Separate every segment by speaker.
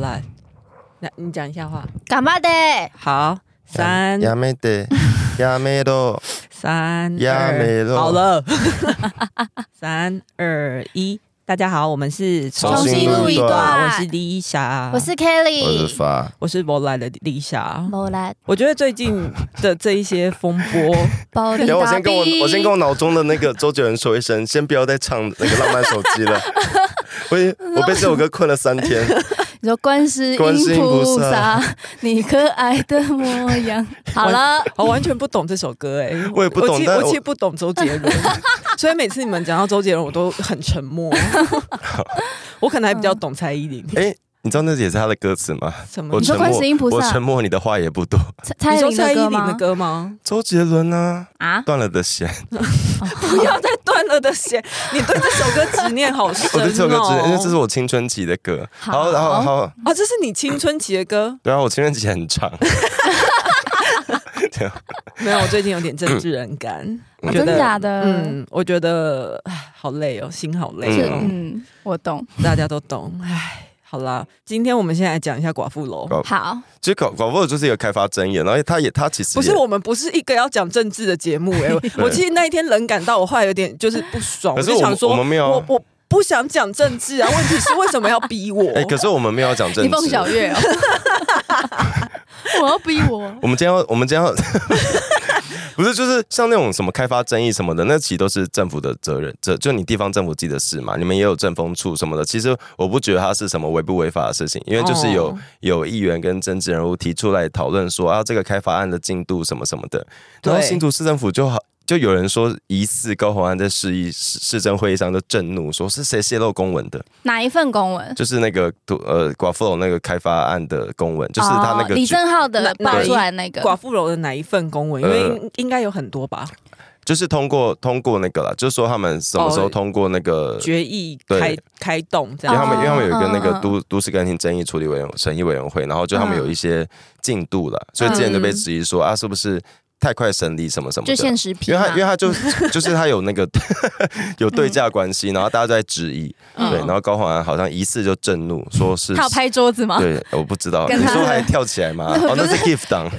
Speaker 1: 烂。来，你讲一下话。
Speaker 2: 干巴的，
Speaker 3: 啊
Speaker 1: 好，三
Speaker 3: やめて、や めろ、
Speaker 1: 三
Speaker 3: や
Speaker 1: 二，
Speaker 3: めろ。
Speaker 1: 好，了， 三二一，大家好，我们是
Speaker 3: 重新录一
Speaker 2: 段
Speaker 1: 我是李霞，
Speaker 2: 我是
Speaker 3: 我是
Speaker 2: Kelly，
Speaker 3: 发，
Speaker 1: 我是博来的李霞。
Speaker 2: 某来
Speaker 1: 我觉得最近的这一些风波，
Speaker 2: 包你
Speaker 3: 然哎后我先跟我
Speaker 2: 打比
Speaker 3: 我先跟我脑中的那个周杰伦说一声，先不要再唱那个浪漫手机 了。我已我被这首歌困了三天，
Speaker 2: 你说观世
Speaker 3: 观
Speaker 2: 音
Speaker 3: 世音
Speaker 2: 菩
Speaker 3: 菩
Speaker 2: 萨
Speaker 3: 萨，
Speaker 2: 你可爱的模 样。好了，
Speaker 1: 我完全不懂这首歌哎、
Speaker 3: 我也不懂
Speaker 1: 其
Speaker 3: 但
Speaker 1: 我
Speaker 3: 我
Speaker 1: 其实不懂周杰 伦，所以每次你们讲到周杰伦，我都很沉默。我可能还比较懂蔡依林，
Speaker 3: 哎、你知道那也是他的歌词吗？
Speaker 1: 什么
Speaker 3: 我
Speaker 2: 嗯你说
Speaker 3: 沉
Speaker 2: 观世音菩
Speaker 3: 默，
Speaker 2: 萨
Speaker 3: 我沉默，你的话也不多。
Speaker 2: 蔡蔡
Speaker 1: 你
Speaker 2: 依
Speaker 1: 说
Speaker 2: 林
Speaker 1: 蔡
Speaker 2: 的
Speaker 1: 依
Speaker 2: 歌
Speaker 1: 林的
Speaker 2: 吗？
Speaker 1: 歌吗？
Speaker 3: 周杰伦啊，
Speaker 2: 啊，
Speaker 3: 断了的弦，
Speaker 1: 不要再断了的弦，你对这首歌执念好深
Speaker 3: 我
Speaker 1: 哦。
Speaker 3: 对这首歌只，因为这是我青春期的歌。
Speaker 2: 好
Speaker 3: 然后好，
Speaker 1: 哦，这是你青春期的歌？
Speaker 3: 对啊，我青春期很 长。
Speaker 1: 没有，我最近有点政治人
Speaker 3: 嗯
Speaker 1: 感，我
Speaker 2: 哦
Speaker 1: 觉
Speaker 2: 真
Speaker 1: 得
Speaker 2: 的假的？嗯
Speaker 1: 嗯，我觉得唉好累哦，心好累哦，
Speaker 2: 嗯，我懂。
Speaker 1: 大家都懂，唉。好啦，今天我们先来讲一下寡妇楼。
Speaker 3: 寡
Speaker 2: 好，
Speaker 3: 其实广广播就是一个开发争议，然后他也他其实
Speaker 1: 不是
Speaker 3: 也
Speaker 1: 我们不是一个要讲政治的节目哎、 我我其实那一天冷感到我后来有点就是不爽，
Speaker 3: 可是
Speaker 1: 就
Speaker 3: 我们
Speaker 1: 想说
Speaker 3: 我们没有啊
Speaker 1: 我我不想讲政治啊，问题是为什么要逼我？
Speaker 3: 哎、可是我们没有要讲政
Speaker 2: 你
Speaker 3: 治。
Speaker 2: 凤小 月哦，我要逼我。
Speaker 3: 我们今天要，我们今天要， 不是就是像那种什么开发争议什么的，那其实都是政府的责任，这就你地方政府自己的事嘛。你们也有政风处什么的，其实我不觉得它是什么违不违法的事情，因为就是有、
Speaker 1: 哦
Speaker 3: 有议员跟政治人物提出来讨论说啊，这个开发案的进度什么什么的，然后
Speaker 1: 对
Speaker 3: 新竹市政府就好。就有人说疑似高虹安在市议市市政会议上就震怒，说是谁泄露公文的？
Speaker 2: 哪一份公文？
Speaker 3: 就是那个呃寡妇楼那个开发案的公文，就是他那
Speaker 2: 哦
Speaker 3: 个
Speaker 2: 李
Speaker 3: 局
Speaker 2: 正浩的
Speaker 1: 那
Speaker 2: 爆出来那个
Speaker 1: 寡妇楼的哪一份公文？因
Speaker 3: 呃
Speaker 1: 为应应该有很多吧，
Speaker 3: 就是通过通过那个啦，就是说他们什么时候
Speaker 1: 哦
Speaker 3: 通过那个，
Speaker 1: 决议
Speaker 3: 对
Speaker 1: 开开动这
Speaker 3: 因为他
Speaker 1: 样。
Speaker 3: 们因为他们有一个那
Speaker 2: 嗯嗯
Speaker 3: 个
Speaker 2: 嗯
Speaker 3: 都、都市更新争议处理委员审议委员会，然后就他们
Speaker 2: 嗯
Speaker 3: 有一些进度了，所以之前就被
Speaker 1: 嗯
Speaker 3: 质疑说啊是不是太快审理什么什么
Speaker 2: 就
Speaker 3: 的
Speaker 2: 限。时批嗯
Speaker 3: 因为
Speaker 2: 嘛
Speaker 3: 他，因为他就 就是他有那个 有对价关系，然后大家都在质疑，
Speaker 1: 嗯
Speaker 3: 对，然后高华安好像疑似就震怒，说是
Speaker 2: 他有拍桌子吗？
Speaker 3: 对，我不知道，
Speaker 2: 跟
Speaker 3: 你
Speaker 2: 他
Speaker 3: 说
Speaker 2: 的
Speaker 3: 还跳起来吗？ 哦，那是 gift 档，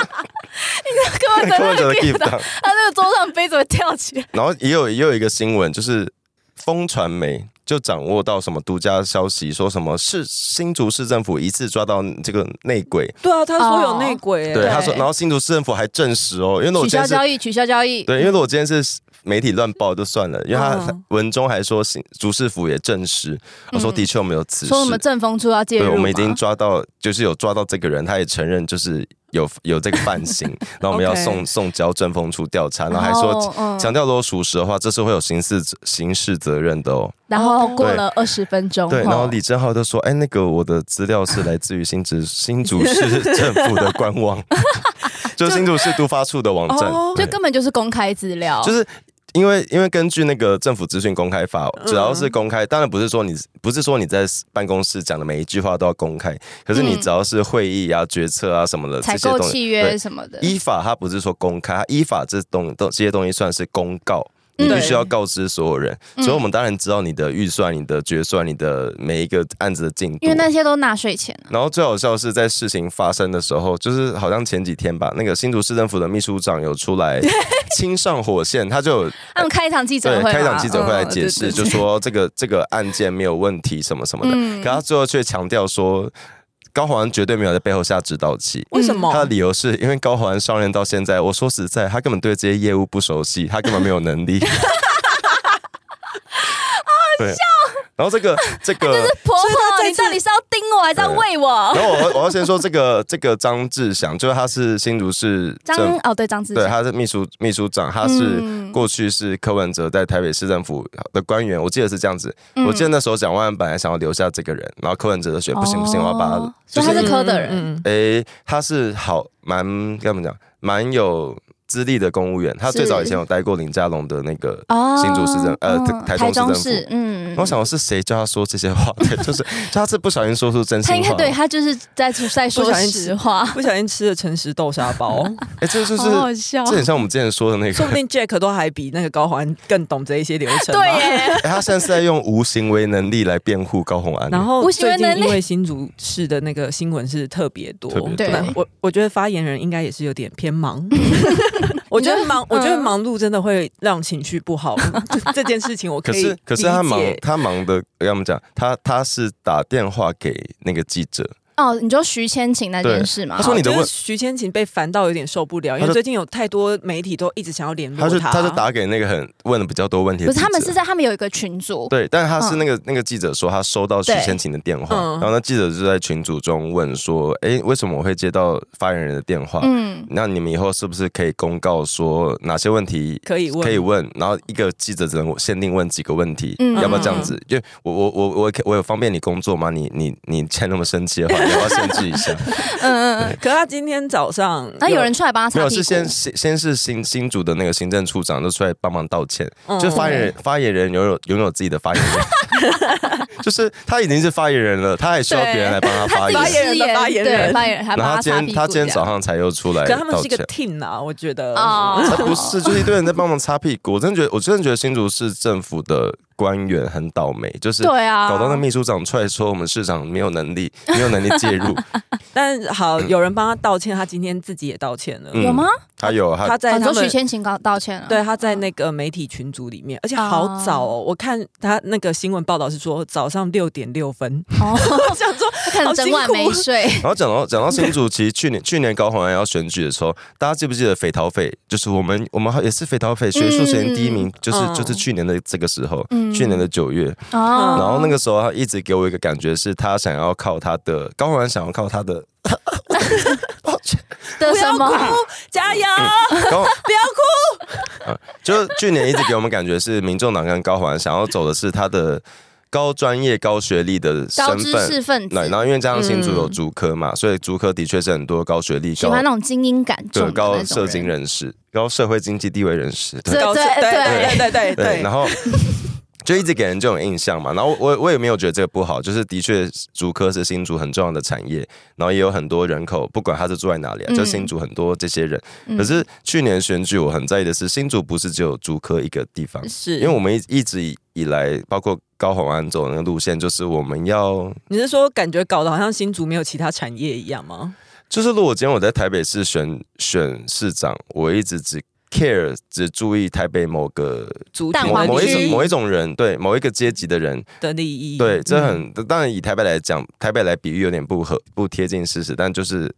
Speaker 2: 柯文哲
Speaker 3: 柯
Speaker 2: 那
Speaker 3: 文哲
Speaker 2: 个
Speaker 3: 的 gift 啊档，
Speaker 2: 他那个桌上杯怎么跳起来？
Speaker 3: 然后也有也有一个新闻，就是风传媒就掌握到什么独家消息，说什么市新竹市政府一次抓到这个内鬼，
Speaker 1: 对啊，他说有内鬼、欸，
Speaker 3: 对
Speaker 2: 对
Speaker 3: 他说，然后新竹市政府还证实哦，因为如果
Speaker 2: 取
Speaker 3: 今
Speaker 2: 消
Speaker 3: 天是
Speaker 2: 交易，取消交易。
Speaker 3: 对，因为如果今天是媒体乱报就算了，因为他
Speaker 1: 嗯
Speaker 3: 文中还说新竹市府也证实，我说的确我们有此事，
Speaker 2: 嗯说什么正风处要介入
Speaker 3: 对，
Speaker 2: 吗？
Speaker 3: 我们已经抓到，就是有抓到这个人，他也承认就是有有这个 犯行，然后我们要
Speaker 1: OK
Speaker 3: 送送交政风处调查，然后还
Speaker 2: 哦
Speaker 3: 说
Speaker 2: 嗯
Speaker 3: 强调如果属实的话，这是会有刑事刑事责任的哦。
Speaker 2: 然后过了二十分钟，
Speaker 3: 对，
Speaker 2: 吼
Speaker 3: 然后李正浩就说：“哎，那个我的资料是来自于新竹新竹市政府的官 网， 就是新竹市都发处的网站
Speaker 1: 哦，
Speaker 3: 对
Speaker 2: 就根本就是公开资料，
Speaker 3: 就是。”因为因为根据那个政府资讯公开法，
Speaker 2: 嗯
Speaker 3: 只要是公开，当然不是说你不是说你在办公室讲的每一句话都要公开，可是你
Speaker 2: 嗯
Speaker 3: 只要是会议啊、决策啊什么的这
Speaker 2: 采
Speaker 3: 些
Speaker 2: 购
Speaker 3: 东西，
Speaker 2: 契
Speaker 3: 对
Speaker 2: 约什么的。
Speaker 3: 依法它不是说公开，它依法这东东这些东西算是公告。你
Speaker 2: 嗯
Speaker 3: 必须要告知所有人，
Speaker 2: 嗯
Speaker 3: 所以我们当然知道你的预算、你的决算、你的每一个案子的进度
Speaker 2: 因为。那些都纳税钱啊，
Speaker 3: 然后最好笑的是在事情发生的时候，就是好像前几天吧，那个新竹市政府的秘书长有出 来亲上火线，他就有
Speaker 2: 他们开一场记者
Speaker 3: 对
Speaker 2: 会嘛，
Speaker 3: 开场记者会来
Speaker 2: 嗯
Speaker 3: 解
Speaker 2: 对
Speaker 3: 释，
Speaker 2: 对
Speaker 3: 就说这个这个案件没有问题什么什么的，
Speaker 2: 嗯
Speaker 3: 可他最后却强调说高华安绝对没有在背后下指导棋，
Speaker 1: 为什
Speaker 2: 哦
Speaker 1: 么？
Speaker 3: 他的理由是因为高环上任到现在，我说实在，他根本对这些业务不熟悉，他根本没有能 力。对，然后这个这个，
Speaker 2: 婆
Speaker 1: 所以他
Speaker 2: 婆，
Speaker 1: 在
Speaker 2: 你到底是要盯我还是要喂我？
Speaker 3: 然后我我要先说这个这个张志祥，就是他是新竹市
Speaker 2: 张
Speaker 3: 政
Speaker 2: 哦，对张志
Speaker 3: 对，
Speaker 2: 强，
Speaker 3: 他是秘书秘书长，他是
Speaker 2: 嗯
Speaker 3: 过去是柯文哲在台北市政府的官员，我记得是这样子。
Speaker 2: 嗯
Speaker 3: 我记得那时候蒋万安本来想要留下这个人，然后柯文哲就觉得不行不行，我要把他
Speaker 2: 哦，所以他
Speaker 3: 就是
Speaker 2: 科的人，
Speaker 1: 嗯，
Speaker 3: 诶，他是好蛮该怎么讲，蛮有资历的公务员，他最早以前有待过林佳龙的那个
Speaker 2: 哦，
Speaker 3: 新竹市政呃
Speaker 2: 嗯台
Speaker 3: 台台
Speaker 2: 中
Speaker 3: 中市政府
Speaker 2: 市，嗯，
Speaker 3: 我想我是谁叫他说这些话的？ 就是他是不小心说出真
Speaker 2: 他
Speaker 3: 心
Speaker 2: 应该
Speaker 3: 话。
Speaker 2: 对他就是在在
Speaker 1: 不
Speaker 2: 说
Speaker 1: 小心吃
Speaker 2: 实话，
Speaker 1: 不小心吃了诚实豆沙 包，
Speaker 3: 哎，这就是
Speaker 2: 好好笑，
Speaker 3: 这很像我们之前说的那
Speaker 1: 说不
Speaker 3: 个。
Speaker 1: 定 Jack 都还比那个高环更懂这一些流程吧。
Speaker 2: 对耶，
Speaker 3: 哎，他现在是在用无行为能力来辩护高红安。
Speaker 1: 然后
Speaker 2: 无行为
Speaker 1: 最近
Speaker 2: 能力
Speaker 1: 因为新竹市的那个新闻是特别多，
Speaker 3: 特别
Speaker 2: 多
Speaker 1: 那
Speaker 2: 对
Speaker 1: 我我觉得发言人应该也是有点偏忙。我觉得忙，我觉得
Speaker 2: 嗯
Speaker 1: 忙碌真的会让情绪不好。这这件事情我
Speaker 3: 可
Speaker 1: 以
Speaker 3: 是可是他
Speaker 1: 理
Speaker 3: 忙
Speaker 1: 解
Speaker 3: 他忙的，要么讲他他是打电话给那个记者，
Speaker 2: 哦，你说徐千晴那件事嘛，
Speaker 3: 他说你的
Speaker 1: 就是
Speaker 3: 问
Speaker 1: 徐千晴被烦到有点受不了，因
Speaker 3: 他就
Speaker 1: 为最近有太多媒体都一直想要联
Speaker 3: 他
Speaker 1: 络
Speaker 3: 就他就打给那个很问了比较多问题的
Speaker 2: 不
Speaker 3: 记
Speaker 2: 是
Speaker 3: 者。
Speaker 2: 他们是在他们有一个群组，
Speaker 3: 对，但他是那个、那个记者说他收到许
Speaker 2: 嗯对
Speaker 3: 千晴的电话，
Speaker 1: 嗯
Speaker 3: 然后那记者就在群组中问说，哎，为什么我会接到发言人的电话？
Speaker 2: 嗯，
Speaker 3: 那你们以后是不是可以公告说哪些问题
Speaker 1: 可以问，
Speaker 3: 可以问？然后一个记者只能限定问几个问题，
Speaker 2: 嗯
Speaker 3: 要不要这样子？因为我我我我我有方便你工作吗？你你你欠那么生气的话，你要不要限制一下？
Speaker 2: 嗯
Speaker 1: 可他今天早上，
Speaker 2: 那有人出来帮他
Speaker 3: 没
Speaker 2: 擦
Speaker 3: 有，
Speaker 2: 屁股
Speaker 3: 是，先 先先是新新竹的那个行政处长就出来帮忙道歉，
Speaker 1: 嗯
Speaker 3: 就发言人发言人拥有拥有自己的发言人，就是他已经是发言人了，他还需要别人来帮他发
Speaker 1: 发
Speaker 2: 自己
Speaker 1: 言人
Speaker 3: 言。
Speaker 1: 的发言人
Speaker 2: 对发言人还
Speaker 3: 然
Speaker 2: 帮
Speaker 3: 后他今
Speaker 2: 擦
Speaker 3: 天
Speaker 2: 屁股，
Speaker 3: 他今天早上才又出来
Speaker 1: 可他们
Speaker 3: 道
Speaker 1: 是一个
Speaker 3: 歉。
Speaker 1: team 啊，我觉得
Speaker 2: 啊，
Speaker 3: 才不是，就是一堆人在帮忙擦屁股。我真的觉得，我真的觉得新竹市政府的官员很倒霉，就是
Speaker 2: 对啊，
Speaker 3: 搞到那秘书长出来说我们市长没有能力，没有能力介入。
Speaker 1: 但好，有人帮他道歉，他今天自己也道歉了。
Speaker 3: 嗯
Speaker 2: 有吗？
Speaker 3: 他有他
Speaker 1: 他在
Speaker 2: 很
Speaker 1: 他
Speaker 2: 多哦徐
Speaker 1: 们
Speaker 2: 千嗯晴告道歉了，
Speaker 1: 对他在那个媒体群组里面，而且好早哦。我看他那个新闻报道是说早上六点六 分，
Speaker 2: 哦，
Speaker 1: 我想说
Speaker 2: 他可能整晚
Speaker 1: 啊
Speaker 2: 没睡，
Speaker 3: 然后讲到讲到新竹，其实去年去年高鸿安要选举的时候，大家记不记得匪逃匪？就是我们我们也是匪逃匪学术前第一名，就是、
Speaker 1: 嗯
Speaker 3: 就是去年的这个时候，
Speaker 2: 哦嗯
Speaker 3: 去年的九月。
Speaker 2: 哦，
Speaker 3: 然后那个时候他一直给我一个感觉是，他想要靠他的高鸿安想要靠 他的
Speaker 2: 的
Speaker 1: 不
Speaker 2: 什
Speaker 1: 要哭
Speaker 2: 么？，
Speaker 1: 加油！
Speaker 3: 高，啊
Speaker 1: 不要哭，
Speaker 3: 就是去年一直给我们感觉是民众党跟高鸿安想要走的是他的高专业高学历的
Speaker 2: 高
Speaker 3: 身
Speaker 2: 知
Speaker 3: 份。
Speaker 2: 识分
Speaker 3: 那
Speaker 2: 子
Speaker 3: 然后因为加上新竹有
Speaker 1: 嗯
Speaker 3: 竹科嘛，所以竹科的确是很多高学历、
Speaker 2: 喜
Speaker 3: 高
Speaker 2: 欢那种精英感重
Speaker 3: 对
Speaker 2: 的
Speaker 3: 高
Speaker 2: 那
Speaker 3: 社
Speaker 2: 种
Speaker 3: 经
Speaker 2: 人，
Speaker 3: 人士、高社会经济地位人士。对
Speaker 2: 对
Speaker 1: 搞笑对
Speaker 2: 对
Speaker 1: 对对对
Speaker 3: 对，
Speaker 1: 对
Speaker 3: 然后就一直给人这种印象嘛。然后我我也没有觉得这个不好，就是的确竹科是新竹很重要的产业，然后也有很多人口，不管他是住在哪里啊，
Speaker 2: 嗯
Speaker 3: 就新竹很多这些人。
Speaker 2: 嗯
Speaker 3: 可是去年选举，我很在意的是新竹不是只有竹科一个地方，
Speaker 1: 是
Speaker 3: 因为我们一一直以以来，包括高鸿安走的那个路线，就是我们要。
Speaker 1: 你是说感觉搞得好像新竹没有其他产业一样吗？
Speaker 3: 就是如果今天我在台北市选选市长，我一直只 care 只注意台北某个
Speaker 1: 族
Speaker 2: 蛋
Speaker 1: 群
Speaker 3: 某
Speaker 2: 黄
Speaker 3: 某一
Speaker 2: 区
Speaker 3: 种某一种人，对某一个阶级的人，
Speaker 1: 的利益，
Speaker 3: 对，这
Speaker 1: 嗯
Speaker 3: 很、当然以台北来讲，台北来比喻有点不合不贴近事实，但就是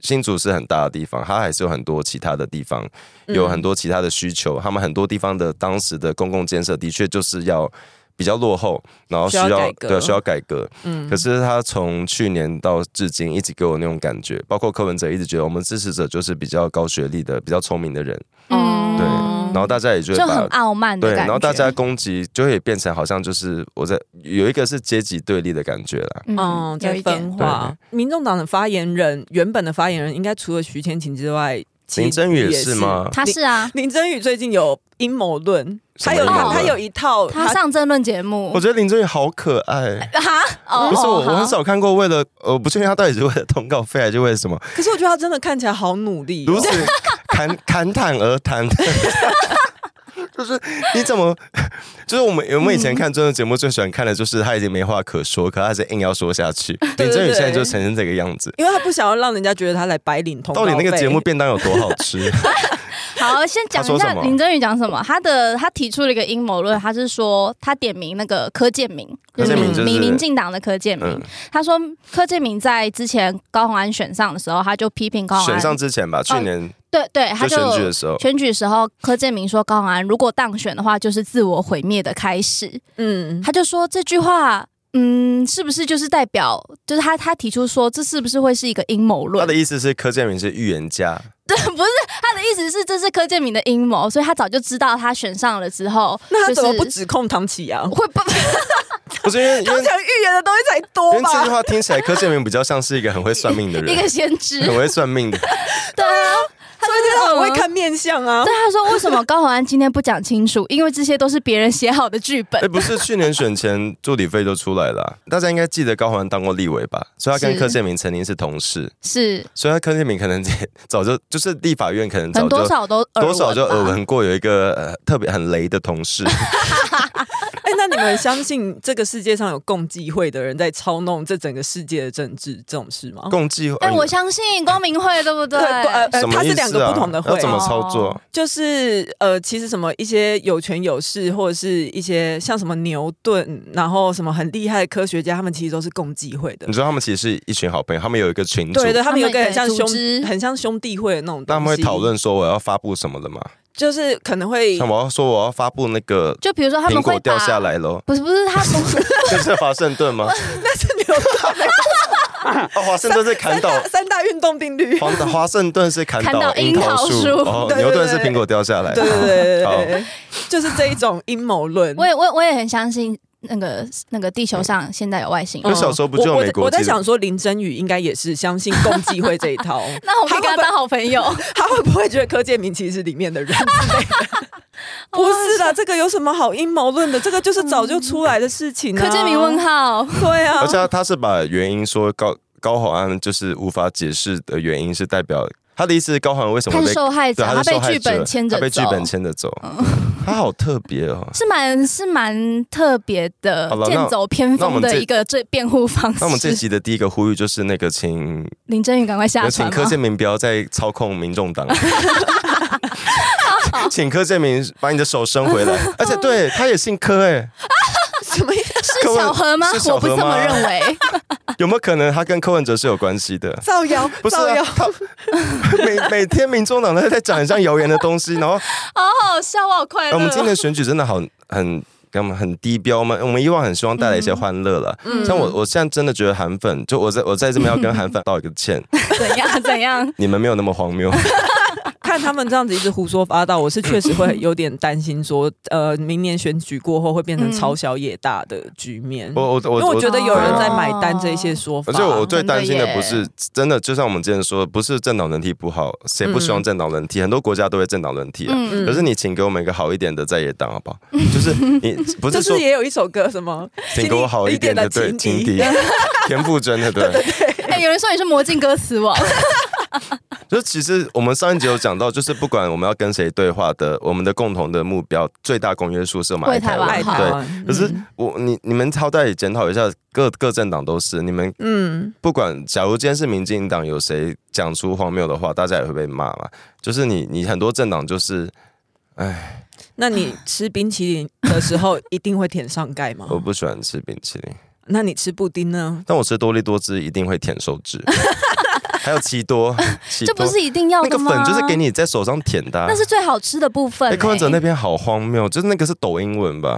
Speaker 3: 新竹是很大的地方，它还是有很多其他的地方，有很多其他的需求，他们很多地方的当时的公共建设的确就是要。比较落后，然后需要
Speaker 1: 需要改革
Speaker 3: 对需要改革，
Speaker 1: 嗯
Speaker 3: 可是他从去年到至今一直给我那种感觉，包括柯文哲一直觉得我们支持者就是比较高学历的、比较聪明的人，
Speaker 2: 嗯，
Speaker 3: 对然后大家也就会
Speaker 2: 就
Speaker 3: 把
Speaker 2: 很傲慢的
Speaker 3: 对，
Speaker 2: 感觉，
Speaker 3: 然后大家攻击就会变成好像就是我在有一个是阶级对立的感觉啦。
Speaker 1: 嗯，
Speaker 2: 有
Speaker 1: 在
Speaker 2: 一点
Speaker 1: 分化。民众党的发言人原本的发言人应该除了徐千晴之外，其
Speaker 3: 林真宇也
Speaker 1: 也
Speaker 3: 是？吗？
Speaker 2: 他是啊，
Speaker 1: 林真宇最近有阴谋论，
Speaker 3: 什
Speaker 1: 他
Speaker 3: 么
Speaker 1: 有
Speaker 3: 阴谋
Speaker 1: 他
Speaker 3: 论
Speaker 1: 他有一套
Speaker 2: 他上争论节目
Speaker 3: 我，觉得林真宇好可爱，
Speaker 2: 哈，哦
Speaker 3: 不是我，
Speaker 2: 哦
Speaker 3: 我很
Speaker 2: 好
Speaker 3: 少看过为了，呃，不确定他到底是为了通告费还是为了什么，
Speaker 1: 可是我觉得他真的看起来好努 力、
Speaker 3: 如
Speaker 1: 哦
Speaker 3: 此，侃侃侃而谈。 就是你怎么，就是我们我们以
Speaker 2: 嗯
Speaker 3: 前看综艺节目最喜欢看的就是他已经没话可说，可他还是硬要说下去。
Speaker 1: 对
Speaker 3: 林真宇现在就
Speaker 1: 对
Speaker 3: 呈现这个样子，
Speaker 1: 因为他不想要让人家觉得他来白领通告
Speaker 3: 到
Speaker 1: 费。
Speaker 3: 底那个节目便当有多好 吃？
Speaker 2: 好，先讲一
Speaker 3: 他说什
Speaker 2: 下
Speaker 3: 么
Speaker 2: 林真宇讲什么。他的他提出了一个阴谋论，他是说他点名那个柯建明，
Speaker 3: 柯
Speaker 1: 建明
Speaker 2: 民
Speaker 3: 就是
Speaker 2: 民民进党的柯建明。
Speaker 3: 嗯，
Speaker 2: 他说柯建明在之前高鸿安选上的时候，他就批评高鸿
Speaker 3: 选
Speaker 2: 安，
Speaker 3: 上之前吧，去年
Speaker 2: 对对，他
Speaker 3: 就
Speaker 2: 就
Speaker 3: 选举的时候，
Speaker 2: 选举时候，柯建明说高鸿安如果当选的话，就是自我毁灭的开始。
Speaker 1: 嗯，
Speaker 2: 他就说这句话。嗯，是不是就是代表，就是他他提出说，这是不是会是一个阴谋论
Speaker 3: 他的？意思是柯建明是预言家，
Speaker 2: 对， 不是他的意思是这是柯建明的阴谋，所以他早就知道他选上了之后，
Speaker 1: 那他怎么
Speaker 2: 就是
Speaker 1: 不指控唐启阳？
Speaker 2: 会不
Speaker 3: 不是因为因
Speaker 1: 唐
Speaker 3: 为
Speaker 1: 启阳预言的东西才
Speaker 3: 因
Speaker 1: 多
Speaker 3: 为这句
Speaker 1: 吧？
Speaker 3: 话 听起来柯建明比较像是一个很会算命的
Speaker 2: 一
Speaker 3: 人，
Speaker 2: 个先知，
Speaker 3: 很会算命的，
Speaker 2: 对啊，他
Speaker 1: 以他很会看面相啊
Speaker 2: 对，。他说为什么高宏安今天不讲清楚？因为这些都是别人写好的剧本
Speaker 3: 哎、。不是，去年选前助理费就出来了啊、大家应该记得高环当过立委吧？所以他跟
Speaker 2: 是
Speaker 3: 柯建明曾经是同事，
Speaker 2: 是，
Speaker 3: 所以他柯建明可能也 早就就是立法院可能
Speaker 2: 可
Speaker 3: 早
Speaker 2: 能
Speaker 3: 就
Speaker 2: 多少都
Speaker 3: 多少就耳
Speaker 2: 吧。
Speaker 3: 闻过有一个、呃、特别很雷的同事，
Speaker 1: 哦 哎、那你们相信这个世界上有共济会的人在操弄这整个世界的政治这种事吗？
Speaker 3: 共济会。
Speaker 2: 哎，我相信光明会，对不对？
Speaker 1: 呃呃
Speaker 3: 什么
Speaker 1: 它
Speaker 3: 意
Speaker 1: 是
Speaker 3: 思啊
Speaker 1: 两个不同的
Speaker 3: 要
Speaker 1: 会哦
Speaker 3: 怎么操作？
Speaker 1: 就是呃，其实什么一些有权有势，或者是一些像什么牛顿，然后什么很厉害的科学家，他们其实都是共济会的
Speaker 3: 你。知道他们其实是一群好朋友，他们有一个群组，
Speaker 1: 对对，
Speaker 3: 那
Speaker 1: 他们有一个很像
Speaker 2: 他们
Speaker 1: 兄
Speaker 2: 对组织
Speaker 1: 很像兄弟会的那种东西。
Speaker 3: 他们会讨，论说我要发布什么了吗？
Speaker 1: 就是可能会
Speaker 3: 像我要说我要发布那个
Speaker 2: 就比如说他
Speaker 3: 苹
Speaker 2: 们
Speaker 3: 果
Speaker 2: 会
Speaker 3: 掉
Speaker 2: 把，
Speaker 3: 下来喽，
Speaker 2: 不是不是，他们
Speaker 3: 这是华盛顿吗？
Speaker 1: 那是牛顿
Speaker 3: 哦，华盛顿是砍
Speaker 1: 三
Speaker 3: 倒
Speaker 1: 大三大运动定律。
Speaker 3: 华华盛顿是砍
Speaker 2: 砍
Speaker 3: 倒
Speaker 2: 倒
Speaker 3: 樱
Speaker 2: 樱
Speaker 3: 桃
Speaker 2: 桃
Speaker 3: 树，
Speaker 2: 树
Speaker 3: 哦，
Speaker 1: 对对
Speaker 3: 牛顿是
Speaker 1: 对
Speaker 3: 苹果掉下来。
Speaker 1: 对对对对
Speaker 3: 好
Speaker 1: 对，对就是这一种阴谋论。
Speaker 2: 我也我也我也很相信那个那个地球上现在有外星
Speaker 3: 因为
Speaker 2: 人。
Speaker 3: 小时候不就有
Speaker 1: 嗯我
Speaker 3: 美
Speaker 1: 我
Speaker 3: 国
Speaker 1: 在我在
Speaker 3: 记者
Speaker 1: 想说，林真宇应该也是相信共济会这一 套，
Speaker 2: 那我可以跟他当好朋友，
Speaker 1: 他会不会觉得柯建明其实是里面的人之类的？ 不是的，这个有什么好阴谋论的？这个就是早就出来的事情、啊。
Speaker 2: 柯建明问号，
Speaker 1: 对啊
Speaker 3: 而且，他他是把原因说高高宏安就是无法解释的原因是代表他的意思，是高宏安为什么
Speaker 2: 他
Speaker 3: 被
Speaker 2: 是受害者，
Speaker 3: 对他是
Speaker 2: 被
Speaker 3: 受害
Speaker 2: 剧本
Speaker 3: 者
Speaker 2: 牵着走，
Speaker 3: 他被剧本牵着走，他好特别哦。
Speaker 2: 是蛮是蛮特别的
Speaker 3: 好了，那
Speaker 2: 剑走偏
Speaker 3: 那我
Speaker 2: 锋
Speaker 3: 们这
Speaker 2: 的一个最辩护方式。
Speaker 3: 那我们这集的第一个呼吁就是那个请，
Speaker 2: 林真宇赶快下
Speaker 3: 有
Speaker 2: 船
Speaker 3: 请
Speaker 2: 吧
Speaker 3: 柯建明不要再操控民众 党。请柯建明把你的手伸回来， 而且对他也姓柯哎、
Speaker 1: 什么意思？
Speaker 2: 是小何吗
Speaker 3: 是？小
Speaker 2: 我
Speaker 3: 何
Speaker 2: 不
Speaker 3: 吗
Speaker 2: 这么认 为，
Speaker 3: 有没有可能他跟柯文哲是有关系的？
Speaker 1: 造谣？
Speaker 3: 不是
Speaker 1: 造
Speaker 3: 啊
Speaker 1: 谣？，
Speaker 3: 他 每每天民众党都在讲很像谣言的东西，然后
Speaker 2: 好好哦笑，我好快
Speaker 3: 哎
Speaker 1: 啊
Speaker 2: 乐。
Speaker 3: 我们今年选举真的好很。给我们很低标嘛，我们以往很希望带来一些欢乐
Speaker 1: 嗯
Speaker 3: 了。
Speaker 2: 嗯
Speaker 3: 像我，我现在真的觉得韩粉，就我在我在这边要跟韩粉道一个 歉，
Speaker 2: 怎样怎 样？
Speaker 3: 你们没有那么荒谬。
Speaker 1: 看他们这样子一直胡说八道，我是确实会有点担心说，呃，明年选举过后会变
Speaker 2: 嗯
Speaker 1: 成朝小野大的局面。
Speaker 3: 我我我啊
Speaker 1: 因为我觉得有人在买单
Speaker 2: 哦
Speaker 1: 这些说法，啊
Speaker 3: 而且我最
Speaker 2: 真的
Speaker 3: 担心的
Speaker 2: 耶
Speaker 3: 不是真的，就像我们之前说的，不是政党轮替不好，谁不希望政党轮替？很多国家都会政党轮替啊。
Speaker 2: 嗯，
Speaker 3: 可是你请给我们一个好一点的在野党好不好？ 就是你不
Speaker 1: 就是
Speaker 3: 说
Speaker 1: 是也有一首歌什么，
Speaker 3: 请给我好一点的对情
Speaker 1: 情
Speaker 3: 敌
Speaker 1: 敌，
Speaker 3: 田馥甄的对。
Speaker 2: 哎，有人说你是魔镜歌词 王，
Speaker 3: 就是其实我们上一集有讲到，就是不管我们要跟谁对话的，我们的共同的目标最大公约数是我们爱
Speaker 2: 为台湾
Speaker 3: 湾。
Speaker 1: 爱
Speaker 2: 好
Speaker 1: 台
Speaker 3: 对，
Speaker 1: 湾。
Speaker 3: 可是我你你们好歹也检讨一下，各各政党都是你们
Speaker 1: 嗯，
Speaker 3: 不管，假如今天是民进党有谁讲出荒谬的话，大家也会被骂嘛。就是你你很多政党就是，哎，
Speaker 1: 那你吃冰淇淋的时候一定会舔上盖 吗？
Speaker 3: 我不喜欢吃冰淇淋，
Speaker 1: 那你吃布丁呢？
Speaker 3: 但我吃多利多汁一定会舔手 指，还有奇多，奇
Speaker 2: 这
Speaker 3: 多
Speaker 2: 不是一定要
Speaker 3: 那
Speaker 2: 的
Speaker 3: 个
Speaker 2: 吗？哎
Speaker 3: 粉就是给，你在啊手上舔的、啊
Speaker 2: 那。是最好吃的部分
Speaker 3: 哎，
Speaker 2: 欸。
Speaker 3: 柯文哲那边好荒谬，就是那个是抖音 文吧？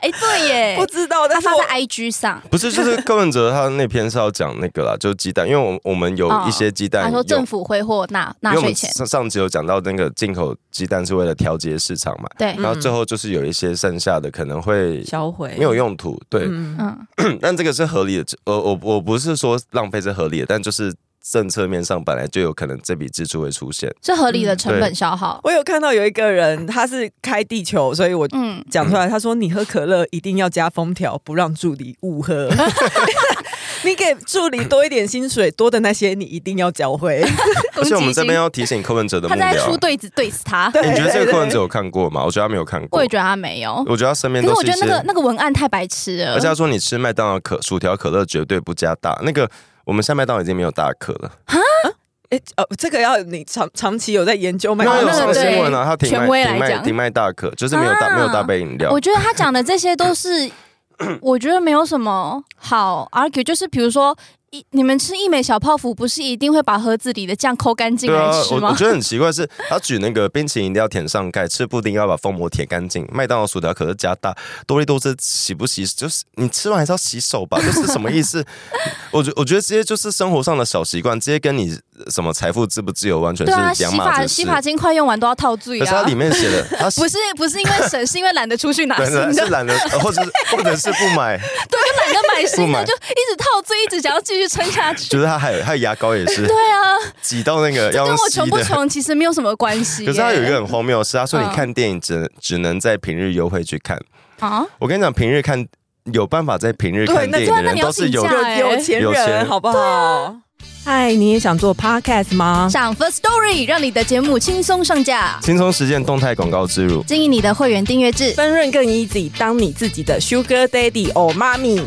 Speaker 2: 哎，对耶，
Speaker 1: 不知道，
Speaker 2: 他
Speaker 1: 但是
Speaker 2: 发
Speaker 1: 我
Speaker 2: 在 IG 上，
Speaker 3: 不是，就是柯文哲他那篇是要讲那个啦，就是鸡蛋，因为我我们哎有一些鸡蛋
Speaker 2: 哦他
Speaker 3: 用，
Speaker 2: 说政府挥霍纳
Speaker 3: 因
Speaker 2: 纳
Speaker 3: 为我
Speaker 2: 税
Speaker 3: 们
Speaker 2: 钱，
Speaker 3: 上上集有讲到那个进口鸡蛋是为了调节市场嘛，
Speaker 2: 对，
Speaker 3: 然后最后就是有一些剩下的可能会
Speaker 1: 销毁
Speaker 3: 没有用途，对，
Speaker 1: 嗯，
Speaker 2: 哎嗯，
Speaker 3: 但这个是合理的。呃，我我不是说浪费是合理的，但就是政策面上本来就有可能这笔支出会出现。
Speaker 2: 是合理的成
Speaker 3: 嗯
Speaker 2: 本消耗。
Speaker 1: 我有看到有一个人，他是开地球，所以我
Speaker 2: 嗯，
Speaker 1: 讲出来，他说你喝可乐一定要加封条，不让助理误 喝。你给助理多一点薪水，多的那些你一定要缴 回。
Speaker 3: 而且我们这
Speaker 2: 攻
Speaker 3: 边要提醒柯文哲的
Speaker 2: 击性
Speaker 3: 幕
Speaker 2: 他在出
Speaker 3: 僚，
Speaker 2: 对子对死他，
Speaker 1: 对
Speaker 3: 你觉得这个柯文哲有看过 吗？我觉得他没有看过
Speaker 2: 我也，觉得他没有。
Speaker 3: 我觉得他身边
Speaker 2: 可是
Speaker 3: 都
Speaker 2: 我
Speaker 3: 是一
Speaker 2: 觉得那个
Speaker 3: 些。
Speaker 2: 那个文案太白痴了
Speaker 3: 而且，他说你吃麦当劳可薯条可乐绝对不加大，那个我们现在麦当劳已经没有大可了，
Speaker 1: 哎、哦，这个要你长长期有在研究麦
Speaker 3: 因
Speaker 1: 当
Speaker 3: 为
Speaker 2: 哦
Speaker 3: 有
Speaker 2: 那
Speaker 3: 上
Speaker 2: 个对
Speaker 3: 新闻啊，他停
Speaker 2: 权
Speaker 3: 卖
Speaker 2: 威来
Speaker 3: 停卖
Speaker 2: 讲
Speaker 3: 停卖大可，就是没有大
Speaker 2: 啊
Speaker 3: 没有大杯饮料
Speaker 2: 我。觉得他讲的这些都 是，我觉得没有什么好 argue，就是比如说。一你们吃一美小泡芙，不是一定会把盒子里的酱抠干净
Speaker 3: 对
Speaker 2: 来
Speaker 3: 啊，
Speaker 2: 吃
Speaker 3: 我我
Speaker 2: 吗？
Speaker 3: 觉得很奇怪是，他举那个冰淇淋一定要舔上盖，吃布丁要把封膜舔干净，麦当劳薯条可是加大，多利多汁洗不洗？就是你吃 完还是要洗手吧，就是什么意思？我觉我觉得这些就是生活上的小习惯，这些跟你什么财富自不自由，完全
Speaker 2: 对啊，
Speaker 3: 是
Speaker 2: 洗
Speaker 3: 两码
Speaker 2: 发
Speaker 3: 子
Speaker 2: 洗
Speaker 3: 事。
Speaker 2: 发精快用完都要套罪
Speaker 3: 可是它
Speaker 2: 啊
Speaker 3: 里！面写的，它
Speaker 2: 不是不是因为省，是因为懒得出去拿
Speaker 3: 本
Speaker 2: 新
Speaker 3: 来
Speaker 2: 的
Speaker 3: 是，懒得，或者是或者是不买，
Speaker 2: 对，就懒得买新
Speaker 3: 不买
Speaker 2: 的，就一直套罪，一直想要继续撑下去。
Speaker 3: 就是它还有还有牙膏也是
Speaker 2: 对啊，
Speaker 3: 挤到那个要
Speaker 2: 跟
Speaker 3: 用
Speaker 2: 我
Speaker 3: 吸
Speaker 2: 穷不
Speaker 3: 的。
Speaker 2: 穷其实没有什么关系耶。
Speaker 3: 可是它有一个很荒谬的事，他说你
Speaker 2: 嗯
Speaker 3: 看电影只只能在平日优惠去看。
Speaker 2: 啊，
Speaker 3: 我跟你讲，平日看有办法在平日
Speaker 1: 对
Speaker 3: 看
Speaker 1: 那
Speaker 3: 电影
Speaker 2: 对啊
Speaker 3: 的
Speaker 2: 那
Speaker 3: 人
Speaker 2: 你要
Speaker 3: 都是有
Speaker 2: 请假哎
Speaker 1: 有有钱
Speaker 3: 有钱
Speaker 1: 人，好不
Speaker 2: 啊
Speaker 1: 好？嗨，你也想做 podcast 吗？
Speaker 2: 上 First Story 让你的节目轻松上架，
Speaker 3: 轻松实践动态广告植入。
Speaker 2: 经营你的会员订阅制。
Speaker 1: 分润更 easy，当你自己的 sugar daddy 哦，妈咪。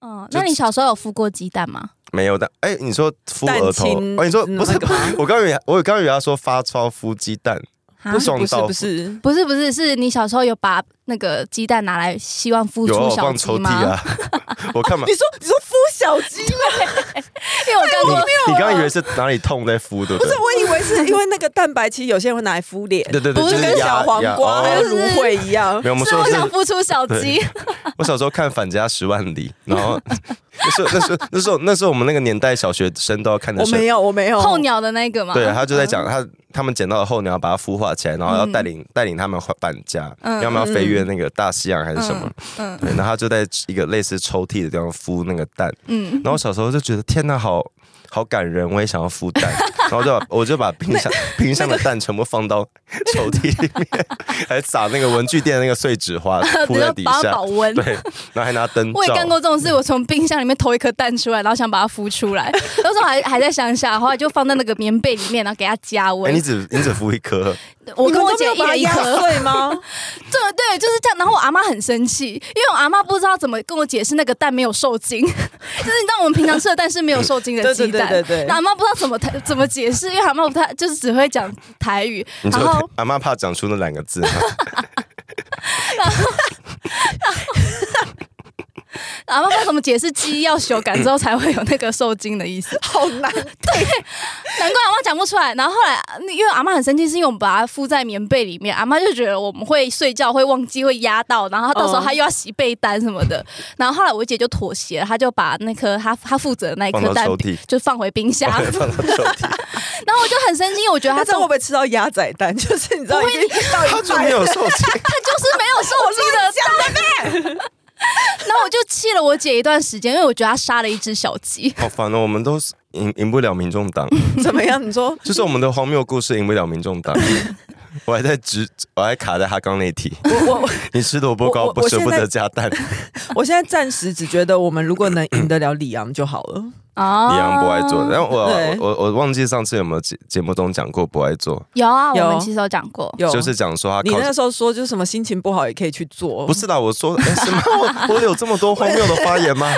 Speaker 2: 嗯，那你小时候有孵过鸡蛋吗？
Speaker 3: 没有的，哎、你说孵
Speaker 1: 蛋
Speaker 3: 额头？
Speaker 1: 清
Speaker 3: 哦，你说
Speaker 1: 嗯
Speaker 3: 不是
Speaker 1: 那个吗？
Speaker 3: 我刚以为我刚以为他说发超孵鸡蛋，
Speaker 2: 啊
Speaker 3: 不
Speaker 1: 不
Speaker 3: 爽
Speaker 1: 是
Speaker 3: 到
Speaker 1: 不是，
Speaker 2: 不是不是，是你小时候有把那个鸡蛋拿来希望孵
Speaker 3: 有啊，
Speaker 2: 出
Speaker 3: 我
Speaker 2: 小
Speaker 3: 放
Speaker 2: 鸡
Speaker 3: 抽屉
Speaker 2: 吗？
Speaker 3: 啊，我干嘛
Speaker 1: 你？说你说孵小鸡 吗？
Speaker 2: 因为我看过，
Speaker 3: 你刚刚以为是哪里痛在孵，对不
Speaker 1: 不
Speaker 3: 对
Speaker 1: 是，？我以为是因为那个蛋白，其实有些人会拿来敷脸，
Speaker 3: 对对对，
Speaker 1: 不
Speaker 3: 就是
Speaker 1: 跟小
Speaker 3: 压
Speaker 1: 黄
Speaker 3: 压
Speaker 1: 瓜
Speaker 3: 哦
Speaker 1: 还有
Speaker 2: 就是
Speaker 1: 芦荟一样
Speaker 3: 没。有，我们
Speaker 2: 是
Speaker 3: 说
Speaker 2: 我
Speaker 3: 的
Speaker 2: 想
Speaker 3: 是，
Speaker 2: 孵出小鸡，
Speaker 3: 我小时候看《返家十万里》，然后那时候那时候那时候那时候我们那个年代小学生都要看的
Speaker 1: 我
Speaker 3: 是
Speaker 1: 没有，我没有。
Speaker 2: 候鸟的那个嘛。
Speaker 3: 对， 他就在讲他他们捡到的候鸟，把它孵化起来，然后要带领带领他们返家，
Speaker 2: 嗯
Speaker 3: 要么要飞越那个大西洋还是什么？
Speaker 2: 嗯
Speaker 3: 对，然后他就在一个类似抽屉的地方孵那个蛋。
Speaker 2: 嗯，
Speaker 3: 然后我小时候就觉得天哪，好好感人，我也想要孵 蛋。然后就把我就把冰箱 冰箱的蛋全部放到抽屉里面，还撒那个文具店的那个碎 纸花
Speaker 2: 比
Speaker 3: 铺
Speaker 2: 如
Speaker 3: 在
Speaker 2: 说
Speaker 3: 底
Speaker 2: 把它
Speaker 3: 下
Speaker 2: 保。温。
Speaker 3: 对，然后还拿灯
Speaker 2: 我也干
Speaker 3: 照
Speaker 2: 过。这种事，我从冰箱里面偷一颗蛋出来，然后想把它孵出来。那时候还还在乡下，后来就放在那个棉被里面，然后给它加
Speaker 3: 哎，
Speaker 2: 温
Speaker 3: 你。只你只孵一 颗，
Speaker 2: 我
Speaker 1: 你们
Speaker 2: 跟我
Speaker 1: 都没
Speaker 2: 姐
Speaker 1: 有
Speaker 2: 一
Speaker 1: 把它
Speaker 2: 人一
Speaker 1: 压
Speaker 2: 颗，
Speaker 1: 碎 吗？
Speaker 2: 对对，就是这样。然后我阿妈很生气，因为我阿妈不知道怎么跟我解释那个蛋没有受精， 就是你知道我们平常吃的蛋是没有受精的
Speaker 1: 对
Speaker 2: 鸡
Speaker 1: 对对
Speaker 2: 蛋。
Speaker 1: 对对
Speaker 2: 然后阿妈不知道怎么台怎么解释，因为阿妈不太就是只会讲 台语，
Speaker 3: 你
Speaker 2: 然
Speaker 3: 就
Speaker 2: 后
Speaker 3: 阿妈怕讲出那两个字，
Speaker 2: 阿妈不知道怎么解释鸡要修改之后才会有那个受精的意思。
Speaker 1: 好难。
Speaker 2: 难怪阿妈讲不出来。然后后来，呃因为阿妈很生气，是因为我们把它敷在棉被里面，阿妈就觉得我们会睡觉会忘记会压到，然后她到时候
Speaker 1: 嗯
Speaker 2: 她又要洗被单什么的。 然后后来我姐就妥协了，她就把那颗她她负责的那一
Speaker 3: 放
Speaker 2: 颗
Speaker 3: 到
Speaker 2: 蛋
Speaker 3: 抽屉，
Speaker 2: 就放回冰箱。
Speaker 3: 放到抽屉。
Speaker 2: 然后我就很生气，因为我觉得
Speaker 1: 他
Speaker 2: 她
Speaker 1: 这样会
Speaker 2: 中
Speaker 1: 不会吃到鸭仔蛋？ 就是你知道已经到
Speaker 3: 他
Speaker 1: 一
Speaker 3: 就没
Speaker 1: 半
Speaker 3: 有
Speaker 1: 了，
Speaker 3: 受精，
Speaker 2: 她就是没有受精的蛋。然后我就气了我姐一段时间，因为我觉得她杀了一只小鸡。
Speaker 3: 好烦哦！我们都是赢赢不了民众 党，
Speaker 1: 怎么样？你说
Speaker 3: 就是我们的荒谬故事赢不了民 众党。我还在直，我还卡在哈刚那一题。
Speaker 1: 我我
Speaker 3: 你吃萝卜糕
Speaker 1: 我我
Speaker 3: 不舍不
Speaker 1: 我现
Speaker 3: 得
Speaker 1: 在哦
Speaker 3: 加蛋，
Speaker 1: 我现在暂时只觉得我们如果能赢得了里昂就好了。
Speaker 2: 啊
Speaker 3: 李阳不爱做。然后我
Speaker 1: 对
Speaker 3: 我我忘记上次有没有节节目中讲过不爱做，
Speaker 2: 有啊，我
Speaker 1: 有
Speaker 2: 们其实有讲过。
Speaker 1: 有
Speaker 3: 就是讲说他
Speaker 1: 你
Speaker 3: 考
Speaker 1: 那时候说就是什么心情不好也可以去做，
Speaker 3: 不是啦，我说 哎什么？我我有这么多荒谬的发言 吗？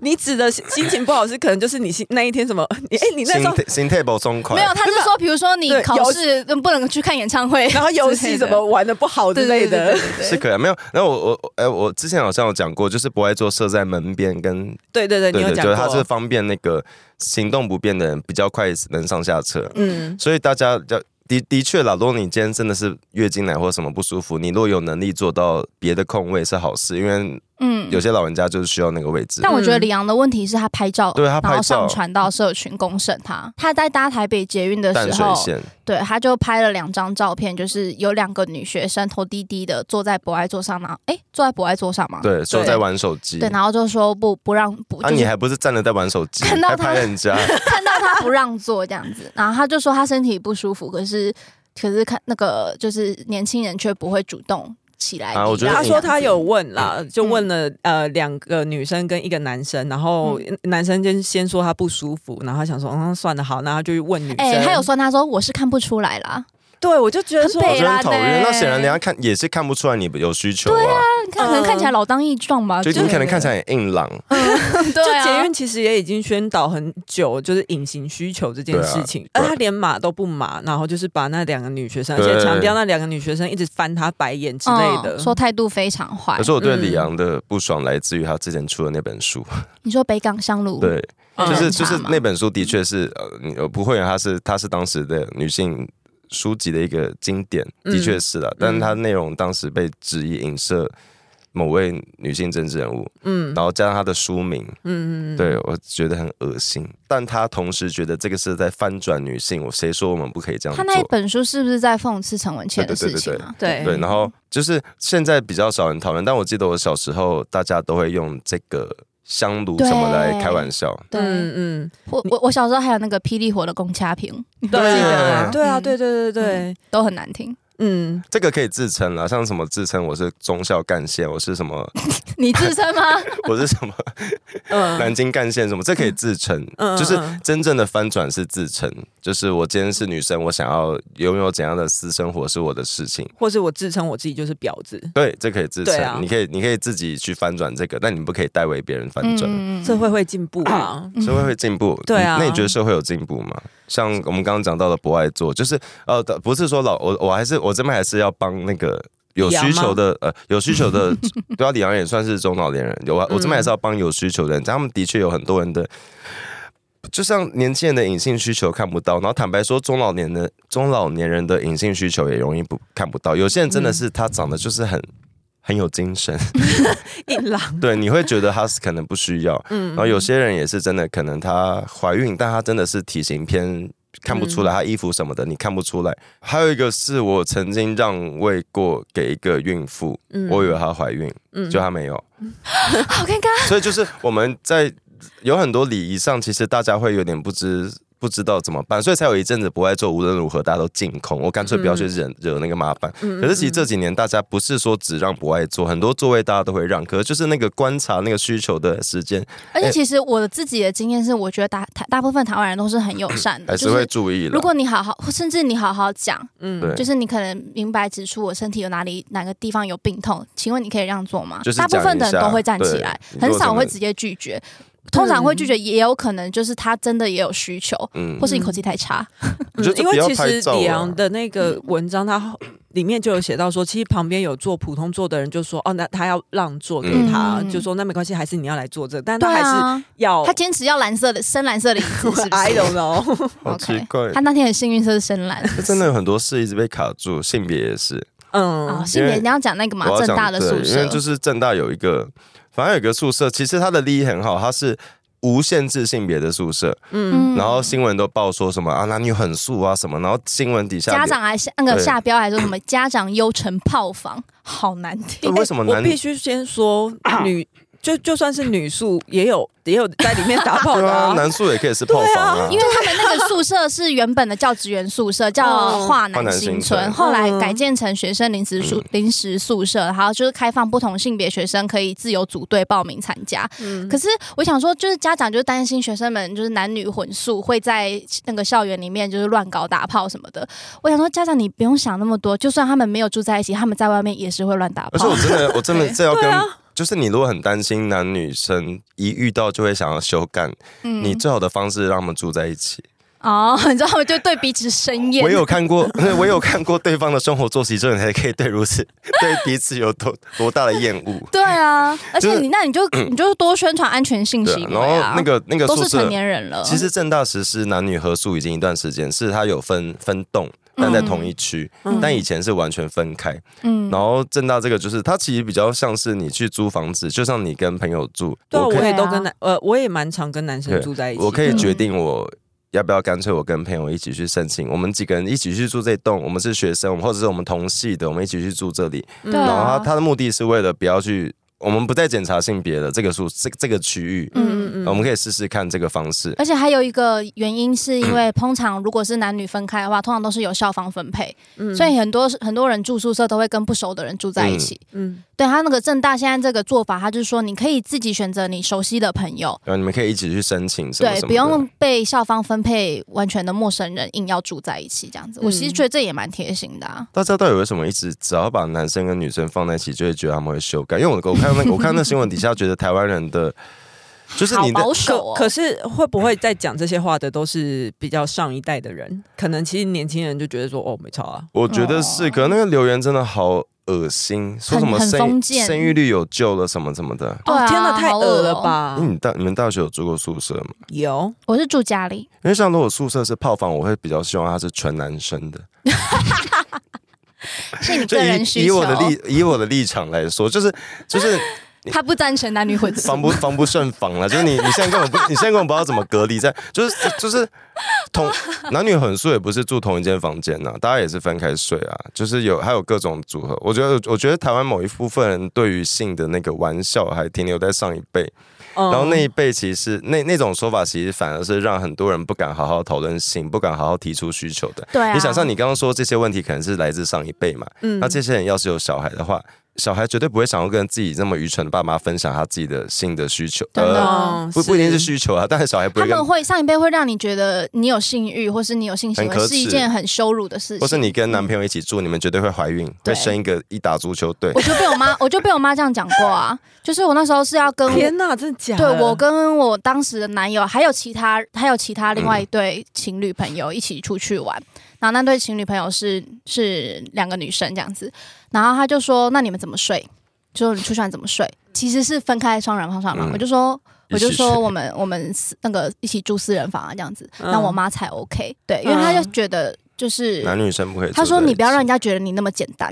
Speaker 1: 你指的心心情不好是可能就是你心那一天什么？ 你哎、你那
Speaker 3: 心
Speaker 1: 时候
Speaker 3: 态心态不松快，
Speaker 2: 没有，他是说，比如说你
Speaker 1: 对
Speaker 2: 考
Speaker 1: 游
Speaker 2: 试嗯不能去看演唱会，
Speaker 1: 然后游戏怎么玩的不好之
Speaker 2: 之
Speaker 1: 类
Speaker 2: 类的，
Speaker 1: 的
Speaker 2: 对，对对对
Speaker 3: 是可以啊没有。然后我我哎，我之前好像有讲过，就是不爱做设在门边跟
Speaker 1: 对对对，你
Speaker 3: 对
Speaker 1: 有
Speaker 3: 对
Speaker 1: 讲
Speaker 3: 对，它是
Speaker 1: 过。
Speaker 3: 方便那个行动不便的人比较快能上下车，
Speaker 1: 嗯，
Speaker 3: 所以大家要。的的确啦，如果你今天真的是月经来或什么不舒服，你如果有能力做到别的空位是好事，因为
Speaker 2: 嗯
Speaker 3: 有。些老人家就是需要那个位置。
Speaker 2: 但我觉得李阳的问题是他拍照，
Speaker 3: 对他拍照
Speaker 2: 然后上传到社群公审他。他在搭台北捷运的
Speaker 3: 淡
Speaker 2: 时
Speaker 3: 水
Speaker 2: 候，啊
Speaker 3: 线，
Speaker 2: 对，他就拍了两张照片，就是有两个女学生头低低的坐在博爱座上，然后哎，坐在博爱座上嘛，
Speaker 3: 对，所以我在玩手机。
Speaker 2: 对，然后就说不不 让不，
Speaker 3: 啊，
Speaker 2: 就
Speaker 3: 你
Speaker 2: 是
Speaker 3: 还不是站着在玩手机，
Speaker 2: 看到
Speaker 3: 还
Speaker 2: 他
Speaker 3: 拍人家，
Speaker 2: 看到他不让坐这样子，然后他就说他身体不舒服，可是可是看那个就是年轻人却不会主动起来
Speaker 3: 啊我觉得
Speaker 1: 他
Speaker 2: 让
Speaker 1: 说他
Speaker 2: 这样子
Speaker 1: 有问啦，
Speaker 3: 嗯
Speaker 1: 就问了呃两个女生跟一个男生，然后
Speaker 2: 嗯
Speaker 1: 男生就先说他不舒服，然后他想说嗯算了好，那他就去问女生。
Speaker 2: 哎、他有说他说我是看不出来啦，
Speaker 1: 对我就觉得说
Speaker 2: 很
Speaker 3: 我
Speaker 2: 北啊
Speaker 3: 觉得
Speaker 2: 啦
Speaker 3: 很讨厌。
Speaker 2: 呢
Speaker 3: 那显然人家看也是看不出来你有需求啊，
Speaker 2: 你看可能看
Speaker 1: 嗯
Speaker 2: 起来老当益壮吧，
Speaker 3: 就
Speaker 2: 之
Speaker 3: 你可
Speaker 2: 类
Speaker 3: 能
Speaker 2: 的
Speaker 3: 看起来很硬朗，
Speaker 1: 就
Speaker 2: 对
Speaker 1: 捷
Speaker 2: 啊
Speaker 1: 运，其实也已经宣导很久，就是隐形需求这件事情，
Speaker 3: 对啊
Speaker 1: 而他连码都不码，然后就是把那两个女学生，而
Speaker 3: 对
Speaker 1: 且强调那两个女学生一直翻他白眼之类的，
Speaker 2: 嗯说态度非常坏
Speaker 3: 可。是我对
Speaker 1: 嗯
Speaker 3: 李阳的不爽来自于他之前出的那本书，
Speaker 2: 你说北港香炉，
Speaker 3: 对，
Speaker 1: 嗯
Speaker 3: 就是
Speaker 2: 很
Speaker 3: 就
Speaker 2: 差
Speaker 3: 是
Speaker 2: 嘛
Speaker 3: 那本书的确是呃，你呃不会员她是她是当时的女性书籍的一个经典，
Speaker 1: 嗯
Speaker 2: 嗯
Speaker 3: 的确是了，但是它内容当时被质疑影射。某位女性政治人物，
Speaker 1: 嗯
Speaker 3: 然后加上她的书名，
Speaker 1: 嗯嗯，
Speaker 3: 对我觉得很恶心。但她同时觉得这个是在翻转女性，我谁说我们不可以这样
Speaker 2: 他
Speaker 3: 做？
Speaker 2: 那一本书是不是在讽刺陈文茜的
Speaker 3: 对
Speaker 2: 事
Speaker 3: 对对
Speaker 2: 情啊？
Speaker 1: 对
Speaker 3: 对，然后就是现在比较少人讨论，但我记得我小时候大家都会用这个香炉什么来开玩笑。
Speaker 2: 对，
Speaker 1: 嗯
Speaker 2: 我我我小时候还有那个霹雳火的公掐评，
Speaker 1: 嗯，
Speaker 3: 对
Speaker 1: 对
Speaker 3: 啊
Speaker 1: 对啊，
Speaker 2: 嗯
Speaker 1: 对对对对，
Speaker 2: 都很难 听。
Speaker 1: 嗯，
Speaker 3: 这个可以自称啦，像什么自称我是忠孝干线，我是什么，
Speaker 2: 你自称吗？
Speaker 3: 我是什么南
Speaker 1: 嗯
Speaker 3: 京干线什么，这可以自称，
Speaker 1: 嗯
Speaker 3: 就是
Speaker 1: 嗯
Speaker 3: 真正的翻转是自称，就是我今天是女生，我想要拥有怎样的私生活是我的事情，
Speaker 1: 或是我自称我自己就是婊子，
Speaker 3: 对，这可以自
Speaker 1: 对啊
Speaker 3: 称，你可以你可以自己去翻转这个，但你不可以代为别人翻转。
Speaker 2: 嗯
Speaker 1: 社会会进步啊，
Speaker 3: 社会会进步，
Speaker 1: 对啊
Speaker 3: 那你觉得社会有进步吗？像我们刚刚讲到的不爱做，就是呃，不是说老我我还是我这边还是要帮那个有需求的呃有需求的， 对啊，李阳也算是中老年人，有啊，我这边还是要帮有需求的人，他们的确有很多人的。就像年轻人的隐性需求看不到，然后坦白说，中老年的中老年人的隐性需求也容易不看不到。有些人
Speaker 1: 嗯
Speaker 3: 真的是他长得就是很、很有精神，
Speaker 1: 硬朗，
Speaker 3: 对，你会觉得他是可能不需要，
Speaker 1: 嗯，
Speaker 3: 然后有些人也是真的，可能她怀孕，但她真的是体型偏看不出
Speaker 1: 嗯
Speaker 3: 来，她衣服什么的你看不出来。还有一个是我曾经让位过给一个孕妇，
Speaker 1: 嗯
Speaker 3: 我以为啊她怀孕，
Speaker 1: 嗯
Speaker 3: 就她没有。
Speaker 2: 好尴尬。
Speaker 3: 所以就是我们在有很多礼仪上，其实大家会有点不知。不知道怎么办，所以才有一阵子不爱做，无论如何大家都净空，我干脆不要去惹、惹那个麻烦。
Speaker 1: 嗯
Speaker 3: 可是其实这几年大家不是说只让不爱做，很多座位大家都会让，可是就是那个观察那个需求的时间
Speaker 2: 而且其实我的自己的经验是，我觉得大大大部分台湾人都是很友善的，
Speaker 3: 还是
Speaker 2: 就
Speaker 3: 会
Speaker 2: 是
Speaker 3: 注意了。
Speaker 2: 如果你好好，甚至你好好讲，
Speaker 1: 嗯
Speaker 3: 对
Speaker 2: 就是你可能明白指出我身体有哪里哪个地方有病痛，请问你可以让座吗？
Speaker 3: 就是
Speaker 2: 大部分的人都会站
Speaker 3: 讲
Speaker 2: 起
Speaker 3: 一下
Speaker 2: 来
Speaker 3: 对，
Speaker 2: 很
Speaker 3: 如果
Speaker 2: 少
Speaker 3: 真的
Speaker 2: 会直接拒绝。通常会拒绝，也有可能就是他真的也有需求，
Speaker 3: 嗯
Speaker 2: 或是你口气太差。
Speaker 3: 我觉
Speaker 1: 嗯
Speaker 3: 得
Speaker 1: 因
Speaker 3: 不
Speaker 1: 为
Speaker 3: 要
Speaker 1: 其
Speaker 3: 拍
Speaker 1: 实
Speaker 3: 照
Speaker 1: 李
Speaker 3: 啊
Speaker 1: 昂的那个文章，他后里面就有写到说，其实旁边有坐普通座的人就说，哦，那他要让座给他，
Speaker 2: 嗯
Speaker 1: 就说那没关系，还是你要来坐这个，但
Speaker 2: 对
Speaker 1: 他还是哦
Speaker 2: 啊，
Speaker 1: 要
Speaker 2: 他坚持要蓝色的深蓝色的椅子， 是不
Speaker 1: I
Speaker 2: 是
Speaker 1: don't know，
Speaker 3: 好奇怪
Speaker 2: OK，他那天很幸运，是深蓝。
Speaker 3: 真的有很多事一直被卡住，性别也是。
Speaker 2: 啊，
Speaker 1: 嗯，
Speaker 2: 性
Speaker 3: 因
Speaker 2: 别
Speaker 3: 为
Speaker 2: 你要讲那个嘛
Speaker 3: 我，要
Speaker 2: 正
Speaker 3: 讲
Speaker 2: 大的宿
Speaker 3: 对因
Speaker 2: 舍
Speaker 3: 为，就是正大有一个，反正有一个宿舍，其实它的利益很好，它是无限制性别的宿舍。
Speaker 2: 嗯
Speaker 3: 然后新闻都报说什么啊男女很素啊什么，然后新闻底下
Speaker 2: 家长还下那个
Speaker 3: 对
Speaker 2: 下标还说什么家长优成炮房，好难
Speaker 3: 对
Speaker 2: 听。
Speaker 3: 哎为什么
Speaker 1: 我
Speaker 3: 男
Speaker 1: 必须先说女， 就就算是女宿，也有也有在里面打炮
Speaker 3: 对
Speaker 1: 的、
Speaker 3: 啊
Speaker 1: 啊。
Speaker 3: 男宿也可以是炮房啊
Speaker 2: 因？为他们那个宿舍是原本的教职员宿舍，叫
Speaker 1: 嗯
Speaker 2: 华
Speaker 3: 哦华
Speaker 2: 南
Speaker 3: 南
Speaker 2: 新
Speaker 3: 新
Speaker 2: 村，
Speaker 3: 村嗯
Speaker 2: 后来改建成学生临时宿临时宿舍，然后就是开放不同性别学生可以自由组队报名参加。
Speaker 3: 嗯
Speaker 2: 可是我想说，就是家长就是担心学生们就是男女混宿会在那个校园里面就是乱搞打炮什么的。我想说，家长你不用想那么多，就算他们没有住在一起，他们在外面也是会乱打
Speaker 3: 而且
Speaker 2: 炮
Speaker 3: 我。真的，我真的
Speaker 2: 对
Speaker 3: 这要
Speaker 1: 对
Speaker 3: 跟
Speaker 1: 啊，
Speaker 3: 就是你如果很担心男女生一遇到就会想要休干，
Speaker 2: 嗯
Speaker 3: 你最好的方式让他们住在一起。
Speaker 2: 哦，你知道他们就对彼此 生厌
Speaker 3: 我。有看过，我有看过对方的生活作息，之后你才可以对如此 对彼此有多多大的厌恶。
Speaker 2: 对啊，而且
Speaker 3: 就是
Speaker 2: 你那你就你就多宣传安全性
Speaker 3: 对
Speaker 2: 行
Speaker 3: 啊，
Speaker 2: 为
Speaker 3: 然后
Speaker 2: 啊。
Speaker 3: 那个那个
Speaker 2: 都
Speaker 3: 宿
Speaker 2: 是成
Speaker 3: 舍，
Speaker 2: 年人了。
Speaker 3: 其实正大实施男女合宿已经一段时间，是它有分分栋，但在同一区，
Speaker 1: 嗯
Speaker 3: 但以前是完全分开。
Speaker 2: 嗯
Speaker 3: 然后正大这个就是它其实比较像是你去租房子，就像你跟朋友住，
Speaker 1: 对啊，
Speaker 3: 我
Speaker 1: 我
Speaker 3: 可以
Speaker 1: 也都跟男呃，我也蛮常跟男生
Speaker 3: 对
Speaker 1: 住在一起。
Speaker 3: 我可以
Speaker 2: 嗯
Speaker 3: 决定我。要不要干脆我跟朋友一起去申请？我们几个人一起去住这栋，我们是学生，我们或者是我们同系的，我们一起去住这里。
Speaker 1: 嗯
Speaker 2: 对
Speaker 3: 然后
Speaker 2: 啊
Speaker 3: 他他的目的是为了不要去，我们不再检查性别的这个数这这个区域，
Speaker 1: 嗯嗯
Speaker 3: 我
Speaker 1: 嗯，
Speaker 3: 们可以试试看这个方式。
Speaker 2: 而且还有一个原因，是因为通常如果是男女分开的话，通常都是有校方分配，
Speaker 1: 嗯
Speaker 2: 所以很多很多人住宿舍都会跟不熟的人住在一起。
Speaker 1: 嗯
Speaker 2: 对他那个正大现在这个做法，他就是说你可以自己选择你熟悉的朋友，
Speaker 3: 然后你们可以一起去申请什么
Speaker 2: 对，
Speaker 3: 什么的
Speaker 2: 不用被校方分配完全的陌生人硬要住在一起这样子。我其实
Speaker 1: 嗯
Speaker 2: 觉得这也蛮贴心的、啊。
Speaker 3: 大家到底为什么一直只要把男生跟女生放在一起，就会觉得他们会修改？因为我我看那我看那新闻底下，觉得台湾人的就是
Speaker 2: 好
Speaker 3: 你的
Speaker 2: 保
Speaker 1: 可
Speaker 2: 守哦，
Speaker 1: 可是会不会在讲这些话的都是比较上一代的人？可能其实年轻人就觉得说，哦，没差啊，
Speaker 3: 我觉得是，可能那个留言真的好恶心，说什么
Speaker 2: 哦很
Speaker 3: 生
Speaker 2: 封建
Speaker 3: 生育率有救了什么什么的。
Speaker 2: 对啊
Speaker 1: 哦，天哪，太
Speaker 2: 好恶
Speaker 1: 恶了
Speaker 2: 哦
Speaker 1: 吧
Speaker 3: 因？为你大你们大学有住过宿舍吗？
Speaker 1: 有，
Speaker 2: 我是住家里，
Speaker 3: 因为像如果宿舍是炮房，我会比较希望它是全男生的。
Speaker 2: 是你
Speaker 3: 就
Speaker 2: 个人
Speaker 3: 以
Speaker 2: 需
Speaker 3: 以
Speaker 2: 求
Speaker 3: 我。的立以我的立场来说，就是就是
Speaker 2: 他不赞成男女混
Speaker 3: 防
Speaker 2: 宿，
Speaker 3: 不防不胜防了。就是你你现在根本不你现在根本不知道怎么隔离在，就是就是同男女混宿也不是住同一间房间呐、大家也是分开睡啊。就是有还有各种组合。我觉得我觉得台湾某一部分人对于性的那个玩笑还停留在上一辈，
Speaker 1: 嗯
Speaker 3: 然后那一辈其实那那种说法，其实反而是让很多人不敢好好讨论性，不敢好好提出需求的。
Speaker 2: 对啊
Speaker 3: 你想象你刚刚说这些问题，可能是来自上一辈嘛？
Speaker 1: 嗯
Speaker 3: 那这些人要是有小孩的话，小孩绝对不会想要跟自己这么愚蠢的爸妈分享他自己的性的需求。呃
Speaker 2: 真的
Speaker 1: 嗯
Speaker 3: 不不一定是需求啊，但是小孩不
Speaker 2: 他
Speaker 3: 会跟
Speaker 2: 们，会上一辈会让你觉得你有性欲，或是你有性行
Speaker 3: 很可
Speaker 2: 为
Speaker 3: 耻
Speaker 2: 是一件很羞辱的事情。
Speaker 3: 或是你跟男朋友一起住，你们绝对会怀孕，会
Speaker 2: 嗯对
Speaker 3: 生一个一打足球队
Speaker 2: 我。就被我妈，我就被我妈这样讲过啊。就是我那时候是要跟
Speaker 1: 天哪，真的假
Speaker 2: 嗯对
Speaker 1: 的？
Speaker 2: 我跟我当时的男友，还有其他还有其他另外一对情侣朋友一起出去玩，然后那对情侣朋友是是两个女生这样子，然后他就说：“那你们怎么睡？就是你出去玩怎么睡？”其实是分开双人房上嘛，
Speaker 3: 嗯
Speaker 2: 我就说。
Speaker 3: 一
Speaker 2: 我
Speaker 3: 起
Speaker 2: 就说
Speaker 3: 睡
Speaker 2: 我们我们私那个一起住私人房啊这样子，
Speaker 1: 嗯
Speaker 2: 那我妈才 OK，对，因为她就觉得就是
Speaker 3: 嗯男女生不可以。
Speaker 2: 她说你不要让人，家觉得你那么简单，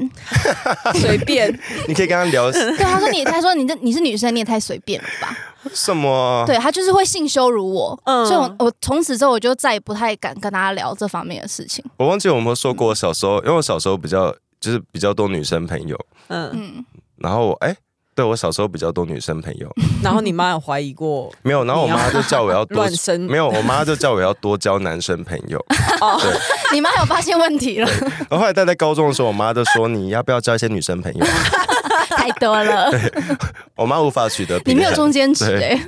Speaker 1: 随便，
Speaker 3: 你可以跟他聊
Speaker 2: 对，她说你她说你这你是女生你也太随便了吧，
Speaker 3: 什么？啊
Speaker 2: 对他就是会性羞辱我，
Speaker 1: 嗯
Speaker 2: 所以我我从此之后我就再也不太敢跟他聊这方面的事情。
Speaker 3: 我忘记我有没有说过，我小时候因为我小时候比较就是比较多女生朋友，
Speaker 1: 嗯，
Speaker 2: 嗯，
Speaker 3: 然后我哎、对我小时候比较多女生朋友，
Speaker 1: 然后你妈有怀疑过
Speaker 3: 没有，然后我
Speaker 2: 哦
Speaker 3: 妈就叫我 要多
Speaker 1: 乱生
Speaker 3: 没有，我妈就叫我要多交男生朋友。
Speaker 1: 哦，
Speaker 2: 你妈有发现问题了，
Speaker 3: 然后后来待在高中的时候，我妈就说你要不要交一些女生朋友？
Speaker 2: 太多了，
Speaker 3: 我妈无法取得
Speaker 2: 你
Speaker 3: 平
Speaker 2: 没有
Speaker 3: 衡。
Speaker 2: 中间值
Speaker 3: 对
Speaker 2: 哎，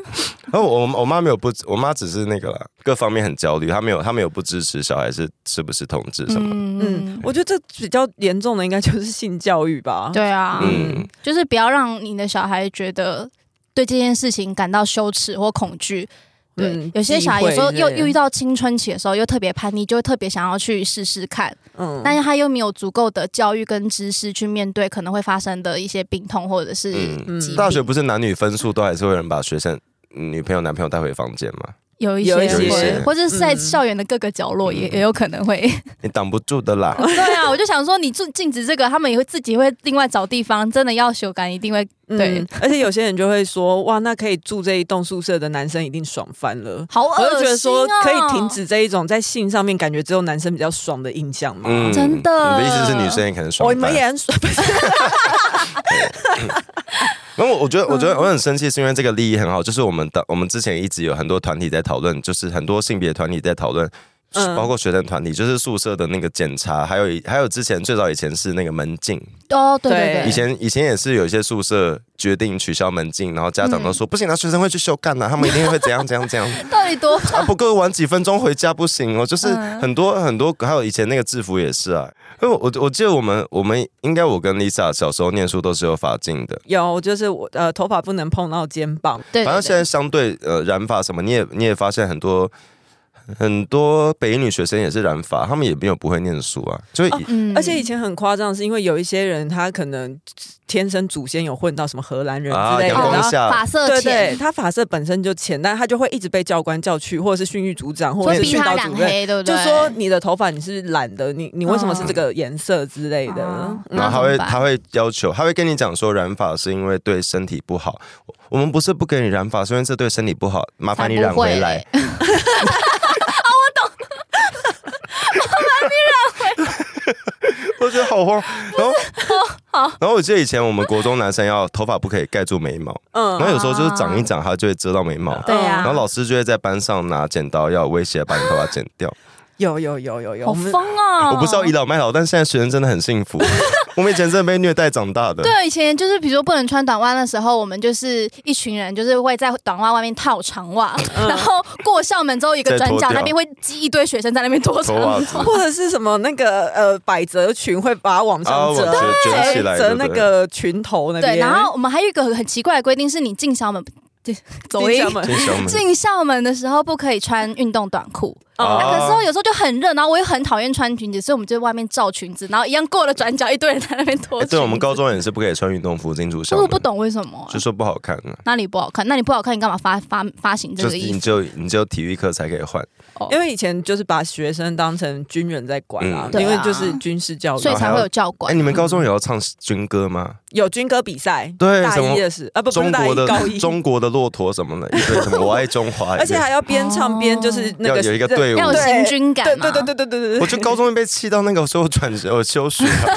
Speaker 3: 然后我我我妈没有不，我妈只是那个啦，各方面很焦虑，她没有她没有不支持小孩是是不是同志什么。
Speaker 1: 嗯
Speaker 2: 嗯，，
Speaker 1: 我觉得这比较严重的应该就是性教育吧。
Speaker 2: 对啊，
Speaker 3: 嗯，
Speaker 2: 就是不要让你的小孩觉得对这件事情感到羞耻或恐惧。对，
Speaker 1: 嗯
Speaker 2: 有些小孩
Speaker 1: 忌讳
Speaker 2: 有时候又
Speaker 1: 对
Speaker 2: 又遇到青春期的时候，又特别叛逆，就会特别想要去试试看，
Speaker 1: 嗯
Speaker 2: 但是他又没有足够的教育跟知识去面对可能会发生的一些病痛或者是
Speaker 3: 嗯
Speaker 2: 疾病。
Speaker 3: 大学不是男女分数都还是会有人把学生女朋友男朋友带回房间吗？
Speaker 2: 有一
Speaker 1: 有一
Speaker 2: 些
Speaker 3: 些
Speaker 2: 会，或者是在
Speaker 1: 嗯
Speaker 2: 校园的各个角落也、
Speaker 3: 嗯
Speaker 2: 也有可能会。
Speaker 3: 你挡不住的啦。
Speaker 2: 对啊，我就想说，你禁禁止这个，他们也会自己会另外找地方，真的要修改，一定会对
Speaker 1: 嗯， 而且有些人就会说，哇，那可以住这一栋宿舍的男生一定爽翻了。
Speaker 2: 好恶心、
Speaker 1: 我
Speaker 2: 哦、
Speaker 1: 就觉得说，可以停。止这一种在性上面感觉只有男生比较爽的印象吗？
Speaker 3: 嗯
Speaker 2: 真的
Speaker 3: 你的意思是女生也可能爽
Speaker 1: 我
Speaker 3: 翻？
Speaker 1: 们也很爽，
Speaker 3: 那我我觉得，我觉
Speaker 2: 嗯
Speaker 3: 得我很生气，是因为这个利益很好，就是我们的我们之前一直有很多团体在讨论，就是很多性别团体在讨论。
Speaker 1: 嗯
Speaker 3: 包括学生团体，就是宿舍的那个检查，还有还有之前最早以前是那个门禁，
Speaker 2: 哦，对对
Speaker 1: 对
Speaker 2: 对，
Speaker 3: 以前以前也是有一些宿舍决定取消门禁，然后家长都说、
Speaker 2: 嗯
Speaker 3: 不行啊，学生会去休干呐、啊，他们一定会怎样怎样怎样
Speaker 2: 到底多
Speaker 3: 啊，不够玩几分钟回家不行哦，就是
Speaker 2: 嗯
Speaker 3: 很多很多，还有以前那个制服也是啊，因为我我记得我们我们应该我跟 Lisa 小时候念书都是有法禁的，
Speaker 1: 有就是我呃头发不能碰到肩膀，
Speaker 2: 对对对
Speaker 3: 反正现在相对呃染发什么，你也你也发现很多很多北女学生也是染发，他们也没有不会念书啊，就、以
Speaker 2: 嗯
Speaker 1: 而且以前很夸张，是因为有一些人他可能天生祖先有混到什么荷兰人之类的，
Speaker 3: 啊阳
Speaker 2: 哦
Speaker 3: 光
Speaker 1: 然后。
Speaker 3: 下
Speaker 2: 发色
Speaker 1: 对
Speaker 2: 浅
Speaker 1: 对，，他发色本身就浅，但他就会一直被教官叫去，或者是训育组长，或者
Speaker 2: 会
Speaker 1: 是
Speaker 2: 逼
Speaker 1: 训
Speaker 2: 他
Speaker 1: 导
Speaker 2: 染
Speaker 1: 主任，
Speaker 2: 黑，对不
Speaker 1: 就
Speaker 2: 对？
Speaker 1: 说你的头发你是染的，你你为什么是这个颜色之类的？
Speaker 2: 哦
Speaker 1: 嗯
Speaker 3: 然
Speaker 2: 那
Speaker 3: 后他会
Speaker 2: 怎么办
Speaker 3: 他会要求，他会跟你讲说染发是因为对身体不好，我我们不是不给你染发，是因为这对身体不好，麻
Speaker 2: 才
Speaker 3: 烦你
Speaker 2: 不
Speaker 3: 染
Speaker 2: 会 啊
Speaker 3: 回来
Speaker 2: 嘞。。
Speaker 3: 我觉得好慌，然后然后我记得以前我们国中男生要头发不可以盖住眉毛，然后
Speaker 1: 嗯，
Speaker 3: 有时候就是长一长它就会遮到眉毛。
Speaker 2: 对
Speaker 1: 啊
Speaker 2: 呀、
Speaker 3: 然后老师就会在班上拿剪刀，要威胁把你头发剪掉。
Speaker 1: 有有有有有，
Speaker 2: 好
Speaker 1: 我们
Speaker 2: 疯哦！
Speaker 3: 我不知道倚老卖老，但现在学生真的很幸 福。我们以前真的被虐待长大的。
Speaker 2: 对，以前就是比如说不能穿短袜的时候，我们就是一群人，就是会在短袜外面套长袜，然后过校门之后，一个
Speaker 3: 再
Speaker 2: 转
Speaker 3: 脱
Speaker 2: 角
Speaker 3: 嗯掉
Speaker 2: 那边会积一堆学生在那边脱
Speaker 3: 头
Speaker 2: 长
Speaker 3: 袜
Speaker 2: 袜。
Speaker 3: 子
Speaker 1: 或者是什么那个呃百褶裙会把它往
Speaker 3: 啊，
Speaker 1: 上
Speaker 3: 我
Speaker 1: 折，
Speaker 2: 哎
Speaker 3: 卷卷起来，
Speaker 1: 折
Speaker 3: 对不
Speaker 1: 那
Speaker 3: 对
Speaker 1: 个裙头
Speaker 3: 啊
Speaker 1: 啊那边，
Speaker 2: 对，然后我们还有一个很奇怪的规定，是你进校门，对，走
Speaker 1: 进
Speaker 2: 音
Speaker 1: 校。门
Speaker 3: 进校门
Speaker 2: 进校门的时候不可以穿运动短裤，
Speaker 1: 嗯
Speaker 2: 啊
Speaker 3: 啊
Speaker 2: 可是我有时候就很热，然后我也很讨厌穿裙子，所以我们就在外面罩裙子，然后一样过了转角，一堆人在那边脱
Speaker 3: 哎
Speaker 2: 裙子。
Speaker 3: 对我们高中也是不可以穿运动服进出校
Speaker 2: 我
Speaker 3: 门，
Speaker 2: 不懂为什么、啊
Speaker 3: 就说不好看啊。
Speaker 2: 哪里不好看？那你不好看，你干嘛发发发行这
Speaker 3: 就
Speaker 2: 个衣
Speaker 3: 你
Speaker 2: 服？
Speaker 3: 就你就体育课才可以换，
Speaker 2: 哦
Speaker 1: 因为以前就是把学生当成军人在管啊
Speaker 3: 嗯，
Speaker 2: 对啊
Speaker 1: 因为就是军事教育
Speaker 2: 所以才会有教
Speaker 3: 哎、
Speaker 2: 官。
Speaker 3: 你们高中有要唱军歌吗？
Speaker 1: 有军歌比赛，
Speaker 3: 对
Speaker 1: 大
Speaker 3: 什么
Speaker 1: 一的时啊不不
Speaker 3: 中
Speaker 1: 是大
Speaker 3: 国
Speaker 1: 一高
Speaker 3: 的
Speaker 1: 一，
Speaker 3: 中国的骆驼什么的，一堆什么我爱中华，
Speaker 1: 而且还要边唱边就是那
Speaker 3: 要
Speaker 1: 个
Speaker 3: 有一个队伍
Speaker 2: 要有
Speaker 1: 对
Speaker 2: 行军感
Speaker 1: 对
Speaker 2: 嘛
Speaker 1: 对对对对对对
Speaker 3: 我就高中被气到那个，所以我转我休学、啊。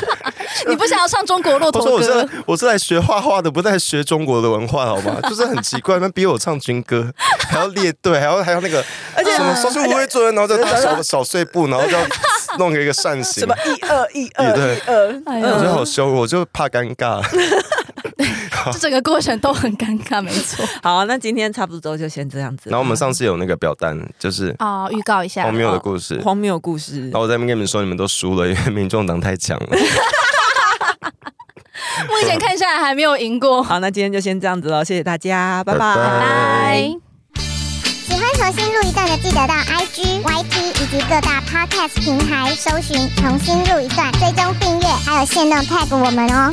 Speaker 2: 你不想要唱中国骆
Speaker 3: 我说
Speaker 2: 驼
Speaker 3: 我是
Speaker 2: 歌？
Speaker 3: 来我是来学画画的，不是来学中国的文化，好吗？就是很奇怪，那逼我唱军歌，还要列队，还要还要那个
Speaker 1: 而且
Speaker 3: 什么手是无为主人，然后再打小小碎步，然后就要弄一个扇形
Speaker 1: 什。么嗯一二一
Speaker 3: 对
Speaker 1: 二一二，
Speaker 2: 哎
Speaker 3: 我觉得
Speaker 2: 呦，
Speaker 3: 好羞辱，我就怕尴尬。
Speaker 2: 这整个过程都很尴尬，没错。
Speaker 1: 好，那今天差不多就先这样子。
Speaker 3: 然后我们上次有那个表单，就是
Speaker 2: 啊，预告一下，
Speaker 3: 荒谬的
Speaker 2: 哦
Speaker 3: 故事。
Speaker 1: 荒谬故事
Speaker 3: 然，后我在那边跟你们说，你们都输了，因为民众党太强了。
Speaker 2: 目哦前看下来还没有赢过。
Speaker 1: 好，那今天就先这样子了，谢谢大家，拜
Speaker 3: 拜 拜
Speaker 1: 拜。
Speaker 2: 拜。
Speaker 4: 喜欢重新录一段的，记得到 IG、YT 以及各大 Podcast 平台搜寻“重新录一段”，追踪订阅，还有限定 tag 我们哦。